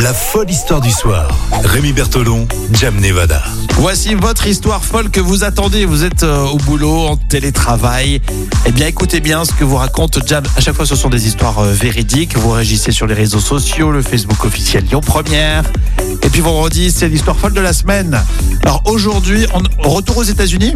La folle histoire du soir. Rémi Bertolon, Jam Nevada. Voici votre histoire folle que vous attendez. Vous êtes euh, au boulot, en télétravail. Eh bien, écoutez bien ce que vous raconte Jam. À chaque fois, ce sont des histoires euh, véridiques. Vous réagissez sur les réseaux sociaux, le Facebook officiel Lyon Première. Et puis vendredi, c'est l'histoire folle de la semaine. Alors aujourd'hui, on retour aux États-Unis.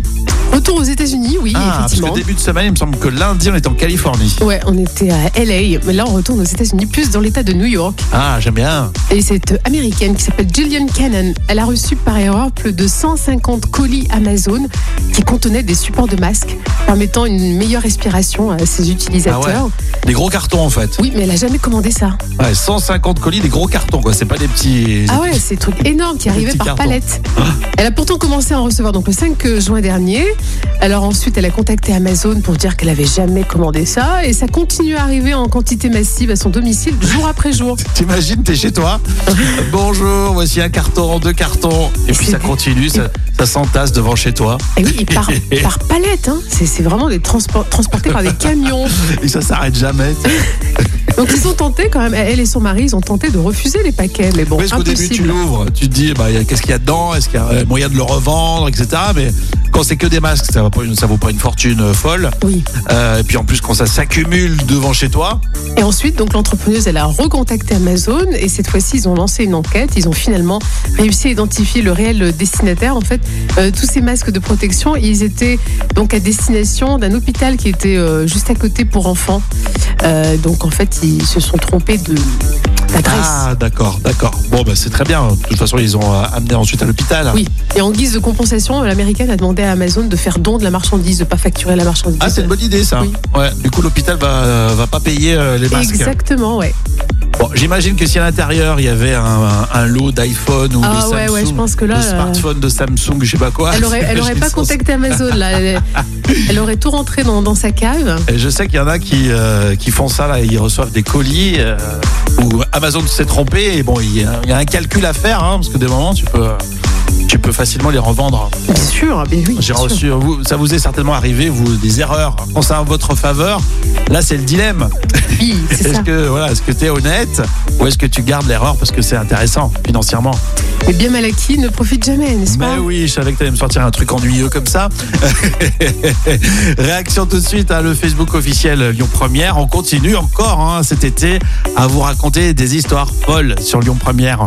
Retour aux États-Unis, oui, Ah, parce que effectivement. début de semaine, il me semble que lundi, on est en Californie. Ouais, on était à LA, mais là on retourne aux États-Unis, plus dans l'État de New York. Ah, j'aime bien. Et cette américaine qui s'appelle Gillian Cannon, elle a reçu par erreur plus de 150 colis Amazon qui contenaient des supports de masques permettant une meilleure respiration à Ah ses utilisateurs. Des gros cartons en fait. Oui, mais elle a jamais commandé ça. Ouais, 150 colis, des gros cartons quoi. C'est pas des petits. Ah ouais, c'est des trucs énormes qui Des arrivaient petits par cartons. Ah. palette. Elle a pourtant commencé à en recevoir donc le 5 juin dernier. Alors ensuite, elle a contacté Amazon pour dire qu'elle avait jamais commandé ça et ça continue à arriver en quantité massive à son domicile jour après jour. T'imagines, t'es chez toi. Bonjour, voici un carton, deux cartons. Et puis ça continue, ça, ça s'entasse devant chez toi. Et Eh oui, et par, par palette, hein. c'est c'est vraiment des transports transportés par des camions. Et ça s'arrête jamais. Donc ils ont tenté quand même, elle et son mari, ils ont tenté de refuser les paquets, mais bon, Parce qu'au début, tu impossible. l'ouvres, tu te dis, bah, y a- qu'est-ce qu'il y a dedans Est-ce qu'il y a euh, moyen de le revendre, etc. Mais quand c'est que des masques, ça ne vaut pas une fortune euh, folle. Oui. Euh, et puis en plus, quand ça s'accumule devant chez toi, Et ensuite, donc l'entrepreneuse, elle a recontacté Amazon et cette fois-ci, ils ont lancé une enquête. Ils ont finalement réussi à identifier le réel destinataire. En fait, euh, tous ces masques de protection, ils étaient donc à destination d'un hôpital qui était euh, juste à côté pour enfants. Euh, donc en fait, ils se sont trompés de d'adresse. Ah, d'accord, d'accord. Bon, bah, c'est très bien. De toute façon, ils ont euh, amené ensuite à l'hôpital. Oui, et en guise de compensation, l'américaine a demandé à Amazon de faire don de la marchandise, de pas facturer la marchandise. Ah, c'est une bonne idée, ça. Oui. Ouais. Du coup, l'hôpital va, euh, va pas payer euh, les masques. Exactement, ouais. Bon, j'imagine que si à l'intérieur, il y avait un, un- un lot d'iPhone ou de Ah Samsung, ouais, ouais, je pense que là, de euh, smartphone de Samsung, Ah, je sais pas quoi. Elle aurait, elle aurait pas contacté Amazon là. Elle, elle aurait tout rentré dans, dans sa cave. Et je sais qu'il y en a qui, euh, qui font ça, là, ils reçoivent des colis euh, où Amazon s'est trompé. Et bon, il y, a- il y a un calcul à faire, hein, parce que des moments, tu peux, tu peux facilement les revendre. Bien sûr, mais oui. J'ai bien sûr. reçu, vous- ça vous est certainement arrivé, vous, des erreurs. Quand c'est en votre faveur, là, c'est le dilemme. Oui, c'est Est-ce ça. que voilà, est-ce que t'es honnête ou est-ce que tu gardes l'erreur parce que c'est intéressant financièrement Mais Eh bien mal acquis ne profite jamais, n'est-ce pas Mais oui, je savais que t'allais me sortir un truc ennuyeux comme ça. Réaction tout de suite à le Facebook officiel Lyon Première. On continue encore hein, cet été à vous raconter des histoires folles sur Lyon Première.